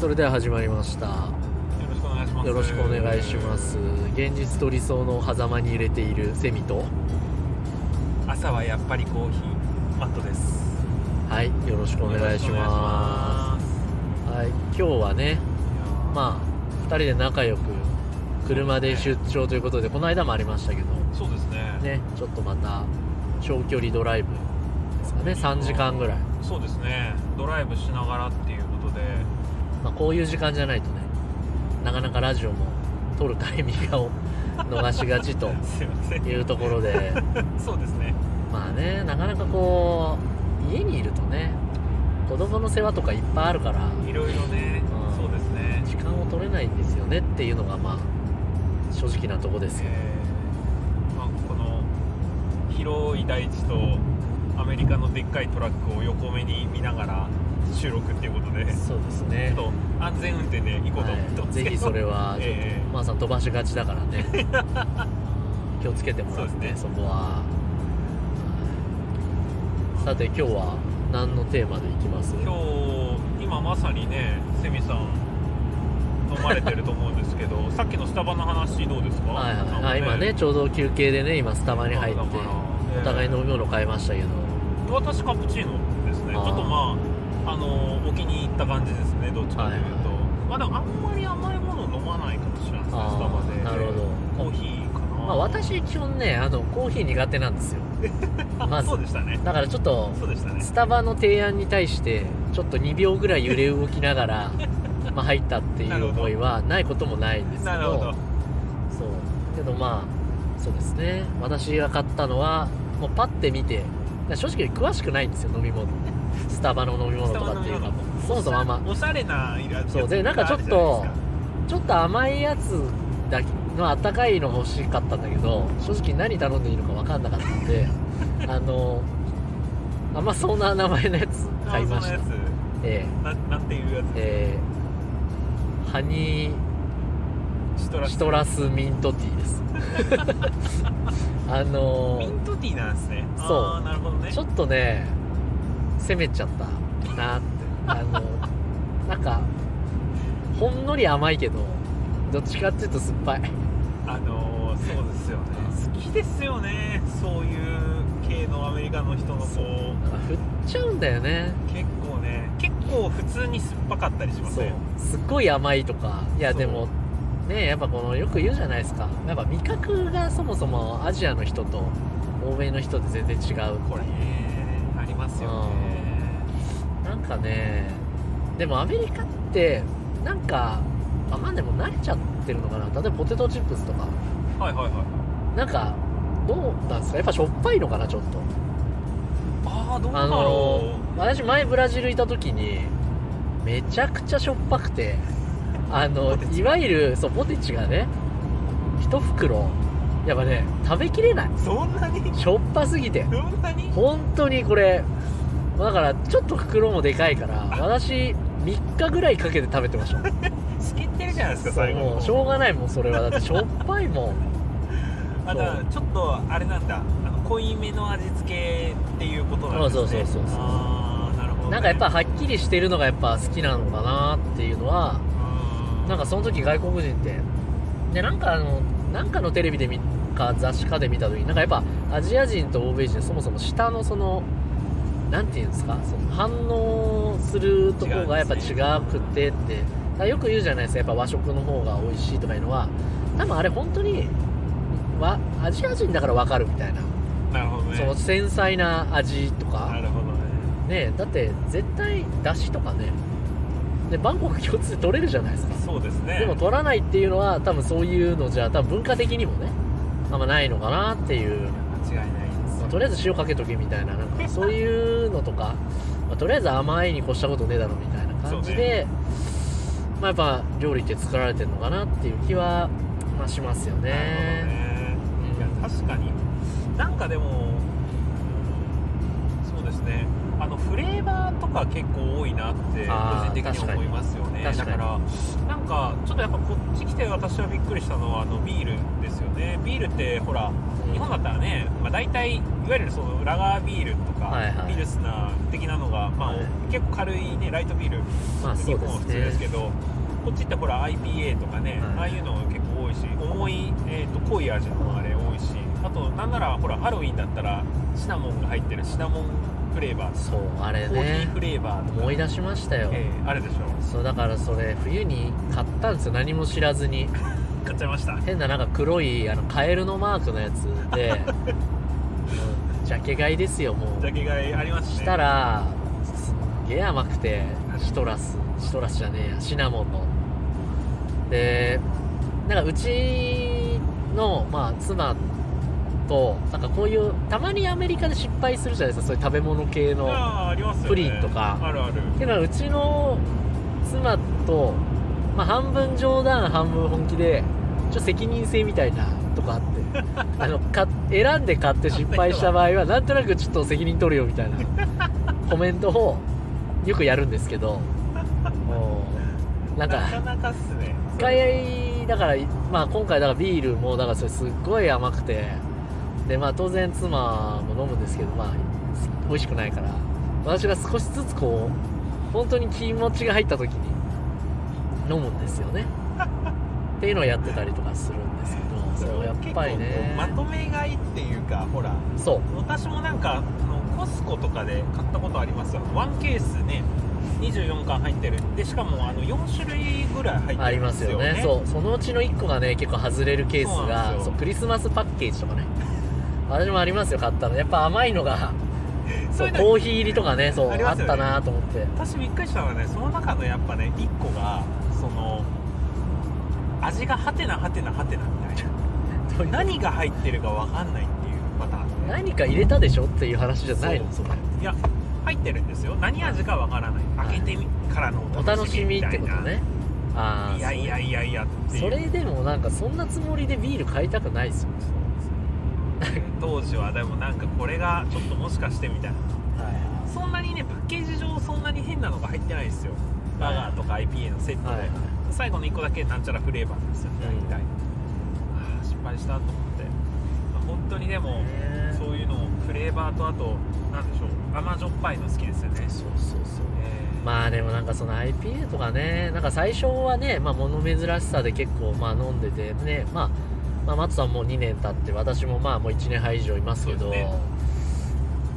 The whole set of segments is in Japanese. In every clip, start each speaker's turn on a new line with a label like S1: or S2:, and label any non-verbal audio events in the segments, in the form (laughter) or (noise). S1: それでは始まりました
S2: よろしくお願いします
S1: よろしくお願いします現実と理想の狭間に入れているセミと
S2: 朝はやっぱりコーヒーマットです
S1: はいよろしくお願いしますはい今日はね
S2: ま
S1: まあ2人で仲良く車で出張ということでこの間もありましたけど
S2: あそうですね
S1: ねちょっとまた長距離ドライブですかね3時間ぐらい、
S2: そうですねドライブしながらっていうことで
S1: まあ、こういう時間じゃないとねなかなかラジオも撮るタイミングを逃しがちと
S2: すいません
S1: いうところで
S2: そうですね
S1: まあねなかなかこう家にいるとね子供の世話とかいっぱいあるから
S2: いろいろね
S1: うん
S2: そうですね
S1: 時間を取れないんですよねっていうのがまあ正直なとこですよ
S2: えーまあこの広い大地とアメリカのでっかいトラックを横目に見ながら収録っていうことでち
S1: そうです
S2: ょ
S1: ね
S2: っと安全運転で行こうと思って
S1: は
S2: ま
S1: い、
S2: す
S1: ぜ
S2: けど
S1: ひそれはちょっと、
S2: ええ
S1: まあさん飛ばしがちだから
S2: (laughs)
S1: ね気をつけてもらってそ,、
S2: そうです
S1: こははいさて今日は何のテーマでいきます
S2: 今日今まさにねセミさん飲まれてると思うんですけ
S1: (laughs)
S2: どさっきのスタバの話どうですか
S1: はい
S2: なん
S1: はい、
S2: か
S1: あ今ねちょうど休憩でね今スタバに入って
S2: だから
S1: お互い飲み物買いましたけど、
S2: 私カプチーノですねち
S1: あ
S2: ょ
S1: ー
S2: っとまああのお気に入った感じですねどっちかというと、
S1: はい
S2: まあでもあんまり甘いもの飲まないかもしれないですね
S1: あー
S2: スタバで
S1: なるほど
S2: コーヒーかな
S1: まあ、私基本ねあのコーヒー苦手なんですよま
S2: あ
S1: ず
S2: そうでしたね
S1: だからちょっと
S2: そうでしたね
S1: スタバの提案に対してちょっと2秒ぐらい揺れ動きなが (laughs) らまあ入ったっていう思いはないこともないんですけ
S2: な
S1: ど
S2: るほど
S1: そうけどまあそうですね私が買ったのはもうパッて見て正直詳しくないんですよ飲み物スタバの飲み物とかっていうかそもそもあんま
S2: おしゃれな色々
S1: そうでなんかちょっとちょっと甘いやつだけのあったかいの欲しかったんだけど正直何頼んでいいのか分かんなかったんで
S2: (laughs)
S1: あの甘そうな名前のやつ買いました
S2: あそのや
S1: え
S2: つななんていうや
S1: えええハニー
S2: つシトラス
S1: シトラスミントティーです
S2: (laughs)
S1: あの
S2: ミントティーなんですね
S1: そう
S2: あーなるほどね
S1: ちょっとね攻めちゃったなってあのなんかほんのり甘いけどどっちかっていうと酸っぱい
S2: あのーそうですよね好きですよねそういう系のアメリカの人のこう
S1: なんか振っちゃうんだよね
S2: 結構ね結構普通に酸っぱかったりします
S1: そう
S2: ね
S1: すっごい甘いとかいや
S2: そう
S1: でもねやっぱこのよく言うじゃないですかやっぱ味覚がそもそもアジアの人と欧米の人って全然違う
S2: これねありますよね
S1: なんかねでもアメリカってなんかあまあでも慣れちゃってるのかな例えばポテトチップスとか
S2: はいはいはい
S1: なんかどうなんですかやっぱしょっぱいのかなちょっと
S2: ああどうだ
S1: あの
S2: ろ
S1: 私前ブラジルいた時にめちゃくちゃしょっぱくてあの
S2: ポテチ
S1: いわゆるそうポテチがね一袋やっぱね食べきれないう
S2: そんなに
S1: しょっぱすぎて
S2: そんなに
S1: 本当にこれだからちょっと袋もでかいから私3日ぐらいかけて食べてましたもん
S2: しきってるじゃないですか
S1: そう
S2: 最後
S1: もうしょうがないもんそれはだってしょっぱい
S2: (laughs)
S1: もん
S2: あだからちょっとあれなんだあの濃いめの味付けっていうことなんで
S1: そ
S2: すね
S1: うそうそうそうそう
S2: ああなるほどね、
S1: なんかやっぱはっきりしてるのがやっぱ好きなのかなっていうのは
S2: うん
S1: なんかその時外国人ってでなんかあのなんかのテレビで見か雑誌かで見た時になんかやっぱアジア人と欧米人そもそも下のそのなんていうんですかその反応するとこがやっぱ違くてって、だからよく言うじゃないですかやっぱ和食の方が美味しいとかいうのは多分あれ本当にわアジア人だから分かるみたいな、
S2: なるほどね
S1: その繊細な味と
S2: な
S1: か
S2: るほどね
S1: ねだって絶対だしとかねでバンコク共通で取れるじゃないですか
S2: そうですね
S1: でも取らないっていうのは多分そういうのじゃ多分文化的にもねあんまないのかなっていう、
S2: 間違いないです
S1: まあとりあえず塩かけとけみたいななん
S2: (laughs)
S1: かそういうのとか、まあとりあえず甘いに越したことねえだろみたいな感じで、まあ、やっぱ料理って作られてるのかなっていう気は、まあ、しますよね
S2: なるほどねいや確かになんかでもうんそうですねあのフレーナーとか結構多いなって個
S1: あー
S2: 人的に思いますよねだ
S1: 確か
S2: か
S1: に
S2: らなんかちょっとやっぱこっち来て私はびっくりしたのはあのビールですよねビールってほら日本だったらね、まあ、大体いわゆるそのラガービールとか、
S1: はいはい
S2: ビルスナー的なのが、まあ
S1: はい
S2: 結構軽い、ね、ライトビール
S1: まあ
S2: 日
S1: そう
S2: 本は普通
S1: で
S2: ですす
S1: ね
S2: けどこっちってほら IPA とかね、
S1: はい
S2: ああいうの結構多いし重い、えー、と濃い味のあれ多いしあとなんならほらハロウィンだったらシナモンが入ってるシナモンフレーバー
S1: そうあれ
S2: コーヒ
S1: ね
S2: ーフレーバーとか、
S1: 思い出しましたよ、
S2: えーあるでしょ
S1: そうだからそれ冬に買ったんですよ何も知らずに
S2: 買っちゃいました
S1: 変ななんか黒いあのカエルのマークのやつ
S2: (laughs)
S1: でうんジャケ買いですよも
S2: ジ
S1: う
S2: ャケ買いありますね
S1: したらすっげえ甘くてシトラスシトラスじゃねえやシナモンのでなんかうちの、まあ、妻となんかこういうたまにアメリカで失敗するじゃないですかそういう食べ物系の
S2: あーありますよね
S1: プリンとか
S2: あるある
S1: ていうのはうちの妻と、まあ、半分冗談半分本気でちょっと責任性みたいなとこあってあのか選んで買って失敗した場合はなんとなくちょっと責任取るよみたいなコメントをよくやるんですけどもうなん
S2: な
S1: か
S2: かなかっすね
S1: 一回だから、まあ、今回だからビールもだからそれすっごい甘くてで、まあ、当然妻も飲むんですけど、まあ、美味しくないから私が少しずつこう本当に気持ちが入った時に飲むんですよねっていうのをやってたりとかするんですけどそうやっぱりね
S2: 結構こうまとめ買いっていうかほら
S1: そう
S2: 私もなんかあのコスコとかで買ったことありますよワンケースね24巻入ってるでしかもあの4種類ぐらい入ってるんですよ、ね、
S1: ありますよねそうそのうちの1個がね結構外れるケース
S2: そうなん
S1: が
S2: ですよ
S1: そうクリスマスパッケージとかね私もありますよ買ったのやっぱ甘いの
S2: (laughs)
S1: が
S2: そ
S1: そうう
S2: いう
S1: コ
S2: の
S1: ーヒー入りとかねそうあ,、
S2: ありますよね
S1: ったなと思って
S2: 私びっくりしたのはねその中のやっぱね1個がその味がハテナハテナハテナみ
S1: (laughs)
S2: たいな何が入ってるか分かんないっていうパターン
S1: 何か入れたでしょっていう話じゃないのそれ
S2: いや入ってるんですよ何味か分からない、
S1: はい
S2: 開けてみからの
S1: お
S2: お
S1: 楽
S2: 楽
S1: し
S2: し
S1: み
S2: み
S1: っ
S2: みた
S1: て
S2: い
S1: こと
S2: な
S1: ねあ
S2: いやい
S1: や
S2: やいやいやっていう
S1: それでもなんかそんなつもりでビール買いたくないですよ、
S2: 当時はでもなんかこれがちょっともしかしてみたいな
S1: は
S2: そんなにねパッケージ上そんなに変なのが入ってないですよバガーとか IPA のセットで、
S1: はいはい
S2: 最後の1個だけなんちゃらフレーバーなんですよ大体、ああ失敗したと思って、まあ、本当にでも
S1: ね
S2: そういうのをフレーバーとあとなんでしょう甘じょっぱいの好きですよね、
S1: そうそうそう
S2: えー
S1: まあでもなんかその IPA とかねなんか最初はね、まあ、物珍しさで結構まあ飲んでてね、まあ、まあ松さんも2年経って私もまあもう1年半以上いますけ
S2: そ
S1: ど
S2: うですね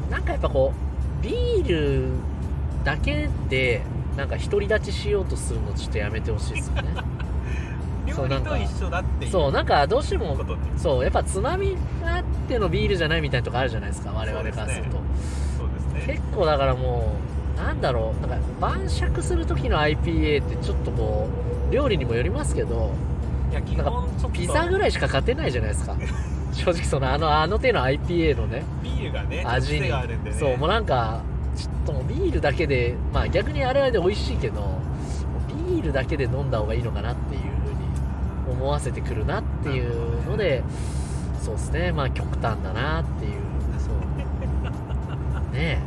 S1: なんかやっぱこうビールだけでなんか独り立ちしようとするのちょっとやめてほしいです
S2: (laughs)
S1: よねそう
S2: 料
S1: な
S2: 理
S1: んか
S2: と一緒だっていう
S1: そうなんかどうしても
S2: ことね
S1: そうやっぱつまみがあってのビールじゃないみたいなとこあるじゃないですか我々からすると
S2: そそうですね
S1: 結構だからもうなんだろうなんか晩酌する時の IPA ってちょっとこう料理にもよりますけど
S2: いや基
S1: なん
S2: 本ちょっと
S1: ピザぐらいしか勝てないじゃないですか正直そのあのあの手の IPA のね
S2: ビールがね
S1: 味
S2: 癖
S1: に
S2: があるんでね
S1: そうもうなんかちょっともうビールだけでまあ逆にあれはあれで美味しいけどビールだけで飲んだ方がいいのかなっていうふうに思わせてくるなっていうのでそうですねまあ極端だなっていうそうね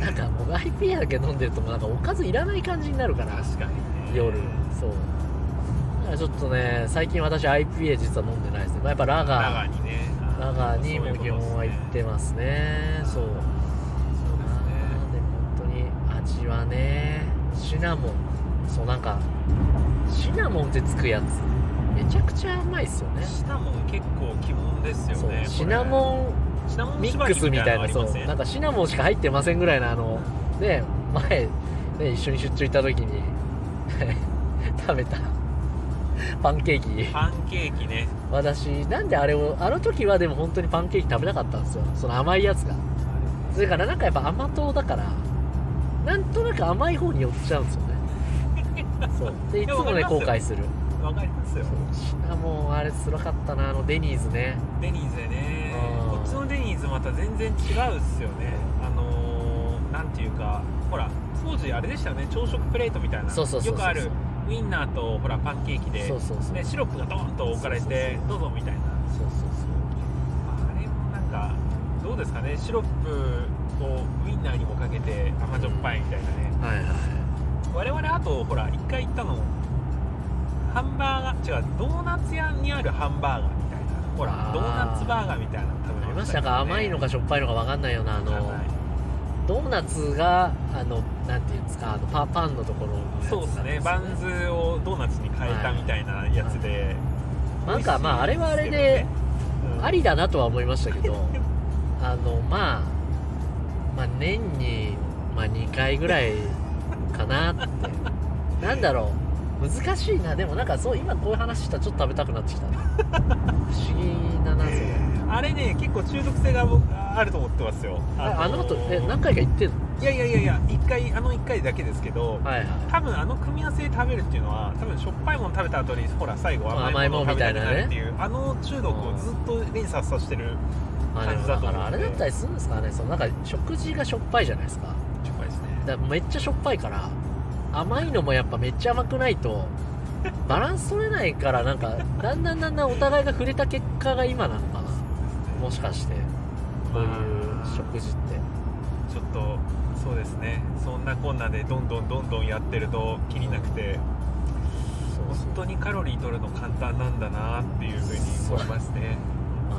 S1: えなんかもう IPA だけ飲んでるともうなんかおかずいらない感じになるから
S2: 確かにね
S1: 夜そうだからちょっとね最近私 IPA 実は飲んでないですね、まあ、やっぱラガ
S2: 長
S1: ー
S2: にね
S1: ラガーにも基本は行ってますねそう
S2: そ
S1: あ
S2: う
S1: ーでも本当に味はねシナモンそうなんかシナモンってつくやつめちゃくちゃうまいっすよ
S2: で
S1: ね
S2: すねシナモン結構鬼門ですよ
S1: そう
S2: ね
S1: シナ
S2: ン
S1: モ
S2: シナモ
S1: ン
S2: ン
S1: ミックスみたいなそうな
S2: 縛りみたいのありますね
S1: んかシナモンしか入ってませんぐらいのあのね前ね一緒に出張行った時に (laughs) 食べたパンケーキ
S2: パンケーキね
S1: 私なんであれをあの時はでも本当にパンケーキ食べなかったんですよその甘いやつがそれからなんかやっぱ甘党だからなんとなく甘い方に寄っちゃうんです
S2: (laughs)
S1: よねそうでいつも
S2: い
S1: ね
S2: やわかります
S1: 後
S2: よ
S1: 悔する
S2: わかりますよ
S1: シナモンあれつらかったなあのデニーズね
S2: デニーズでね
S1: うん
S2: こっちのデニーズまた全然違うっすよねあのーなんていうかほら当時あれでしたよね朝食プレートみたいな
S1: そうそうそうそう
S2: よくあるウインナーとほらパンケーキで
S1: そうそうそう
S2: ねシロップがドーンと置かれてどうぞみたいな
S1: そうそうそう
S2: あれもなんかどうですかねシロップこうウインナーにもかけて甘じょっぱいみたいな
S1: は
S2: ね
S1: いは
S2: 我々あとほら一回行ったのハンバーガー違うドーナツ屋にあるハンバーガーみたいなほら
S1: あー
S2: ドーナツバーガーみたいなの食べ
S1: いあり
S2: ま
S1: ま
S2: し
S1: したた
S2: けどね
S1: か甘いのかしょっぱいのか分かんないよなあの
S2: 甘い
S1: ドーナツがあのなんていうんですかあのパパンのところのやつ
S2: そうですねバンズをドーナツに変えたみたいなやつで、
S1: なんかまああれはあれでありだなとは思いました
S2: (laughs)
S1: けどあのまあまあ年に、まあ、2回ぐらいかな
S2: (laughs)
S1: ってなんだろう難しいなでもなんかそう今こういう話したらちょっと食べたくなってきたな不思議だなそれ
S2: あれね結構中毒性が僕あると思ってますよ
S1: ああのことえ何
S2: か
S1: 回か言ってんの
S2: いやいやいやいや1回あの1回だけですけど
S1: はいは
S2: 多分あの組み合わせで食べるっていうのは多分しょっぱいもの食べた後にほら最後
S1: まあ
S2: 甘いものを
S1: 甘いものみ
S2: 食
S1: た
S2: べた
S1: い
S2: く
S1: なね
S2: なるっていうあの中毒をずっと連鎖させてる
S1: い、まあ、でもだからあれ
S2: 感じだと思うんで
S1: だったりするんですかねそのなんか食事がしょっぱいじゃないですか
S2: しょっぱいですね
S1: だからめっちゃしょっぱいから甘いのもやっぱめっちゃ甘くないとバランス取れないからなんかだんだんだんだんお互いが触れた結果が今なのかなもしかしてこういう食事って
S2: ちょっとそうですねそんなこんなでどんどんどんどんやってるときりなくて本当にカロリー取るの簡単なんだなっていうふうに思いますね
S1: ま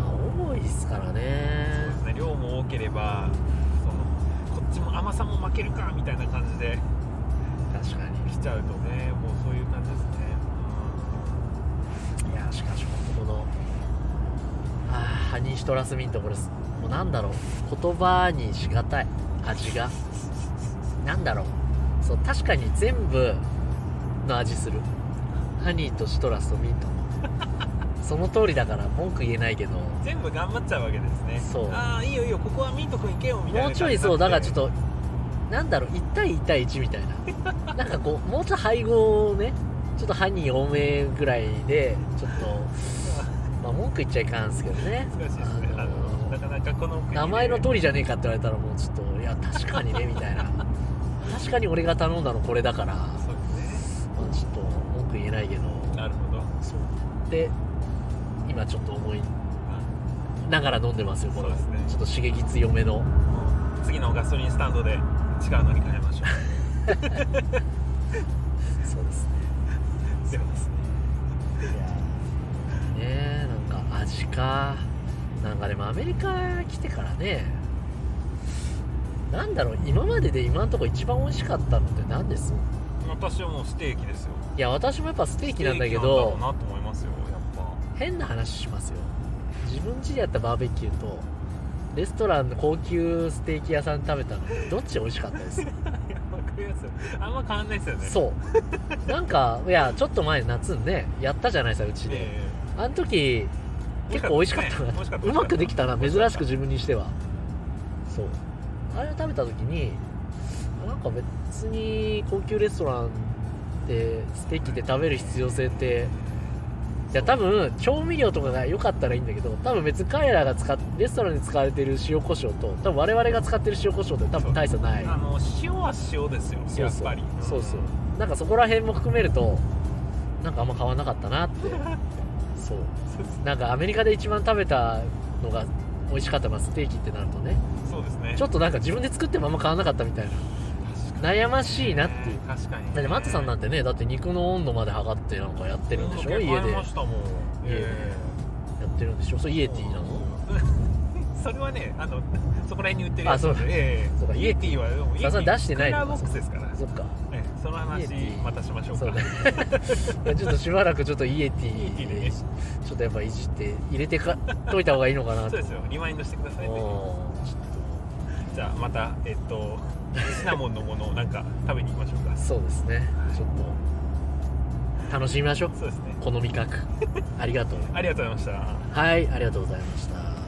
S1: あ多いですからね
S2: そうですね量も多ければそのこっちも甘さも負けるかみたいな感じで
S1: 確かに
S2: 来ちゃうとねもうそういう感じです
S1: い
S2: ね
S1: やしかし本当このあーハニーシトラスミントこれすもうなんだろう言葉にしがたい味がなんだろうそう確かに全部の味するハニーとシトラスとミン
S2: (laughs)
S1: トその通りだから文句言えないけども
S2: 全部頑張っちゃうわけですね
S1: そう
S2: ああいいよいいよここはミント君行けよみたいな
S1: うちょいそうだからちょっ
S2: (laughs) と
S1: となんだろう1対1対1みたい
S2: (laughs)
S1: ななんかこうもうちょっと配合をねちょっとハニー多めぐらいでちょっとまあ文句言っちゃいかんすけどね
S2: 難しいですねあのなかなかこの国で
S1: 名前の通りじゃねえかって言われたらもうちょっといや確かにねみ (laughs) たいな確かに俺が頼んだのこれだから、ま
S2: そうです
S1: あ、ちょっと文句言えないけど
S2: ねなるほど
S1: そうで今ちょっと思いながら飲んでますよこれ
S2: そうですね
S1: ちょっと刺激強めの
S2: もう次のガソリンスタンドで違うのに変えましょう
S1: そうですね
S2: ではですね
S1: いやねえなんか味かなんかでもアメリカ来てからねなんだろう今までで今のところ一番美味しかったのって何です
S2: 私はもうステーキですよ
S1: いや私もやっぱステーキなんだけ
S2: ステーキ
S1: ど
S2: なんだろうなと思いますよやっ
S1: (laughs)
S2: ぱ
S1: 変な話しますよ自分家でやったバーベキューとレストランの高級ステーキ屋さんで食べたのどっち美味しかったです
S2: いやわかりますよあんま変わんないですよねう
S1: そうなんかいやちょっと前夏にねやったじゃないですかうちで、
S2: え
S1: あの時
S2: え
S1: 結構美味しかったな、
S2: 美味しかった
S1: うまくできたな珍しく
S2: 美味
S1: 自分にしてはそうあれを食べた時になんか別に高級レストランでステーキで食べる必要性っていや多分調味料とかが良かったらいいんだけど多分別に彼らが使っレストランに使われてる塩コショウと多分我々が使ってる塩コショウって多分大差ない
S2: あの塩は塩ですよ
S1: そうそう
S2: やっぱり
S1: そうそうなんかそこら辺も含めるとなんかあんま変わんなかったなって
S2: (laughs)
S1: そう
S2: そうそう
S1: なんかアメリカで一番食べたのが美味しかったのはステーキってなるとね
S2: そうですね
S1: ちょっとなんか自分で作ってもあんま変わらなかったみたいな悩ましいなっていう
S2: 確かに
S1: だってマットさんなんてねだって肉の温度まで測ってなんかやってるんでしょ
S2: うん
S1: 家
S2: 買
S1: で
S2: い
S1: や
S2: ましたもん
S1: 家で
S2: え
S1: ってるんでしょそれイ
S2: え
S1: エティなの
S2: うん (laughs) それはねあの (laughs) そこら辺に売ってるやつ
S1: あそう
S2: ええ
S1: そうか
S2: イエティはでもイエテ
S1: さすがに
S2: ィ
S1: 出してない
S2: ク
S1: の
S2: ー
S1: か
S2: ラーボックスですから
S1: そっか
S2: ええその
S1: イエ
S2: 話
S1: ティ
S2: またしましょうか
S1: (laughs) そうだねちょっとしばらくちょっとイエテ
S2: イエティでね
S1: ィちょっとやっぱいじって入れてかといた方がいいのかな
S2: (laughs) そ
S1: と
S2: うですよリマインドしてくださいぜひ
S1: おーちょ
S2: じゃあまたえっとシナモンのものをなんか食べに行きましょうか
S1: っとそうですねちょっと楽しみましょう
S2: そうですね (laughs)
S1: この味覚ありがとう
S2: ありがとうございました
S1: はいありがとうございました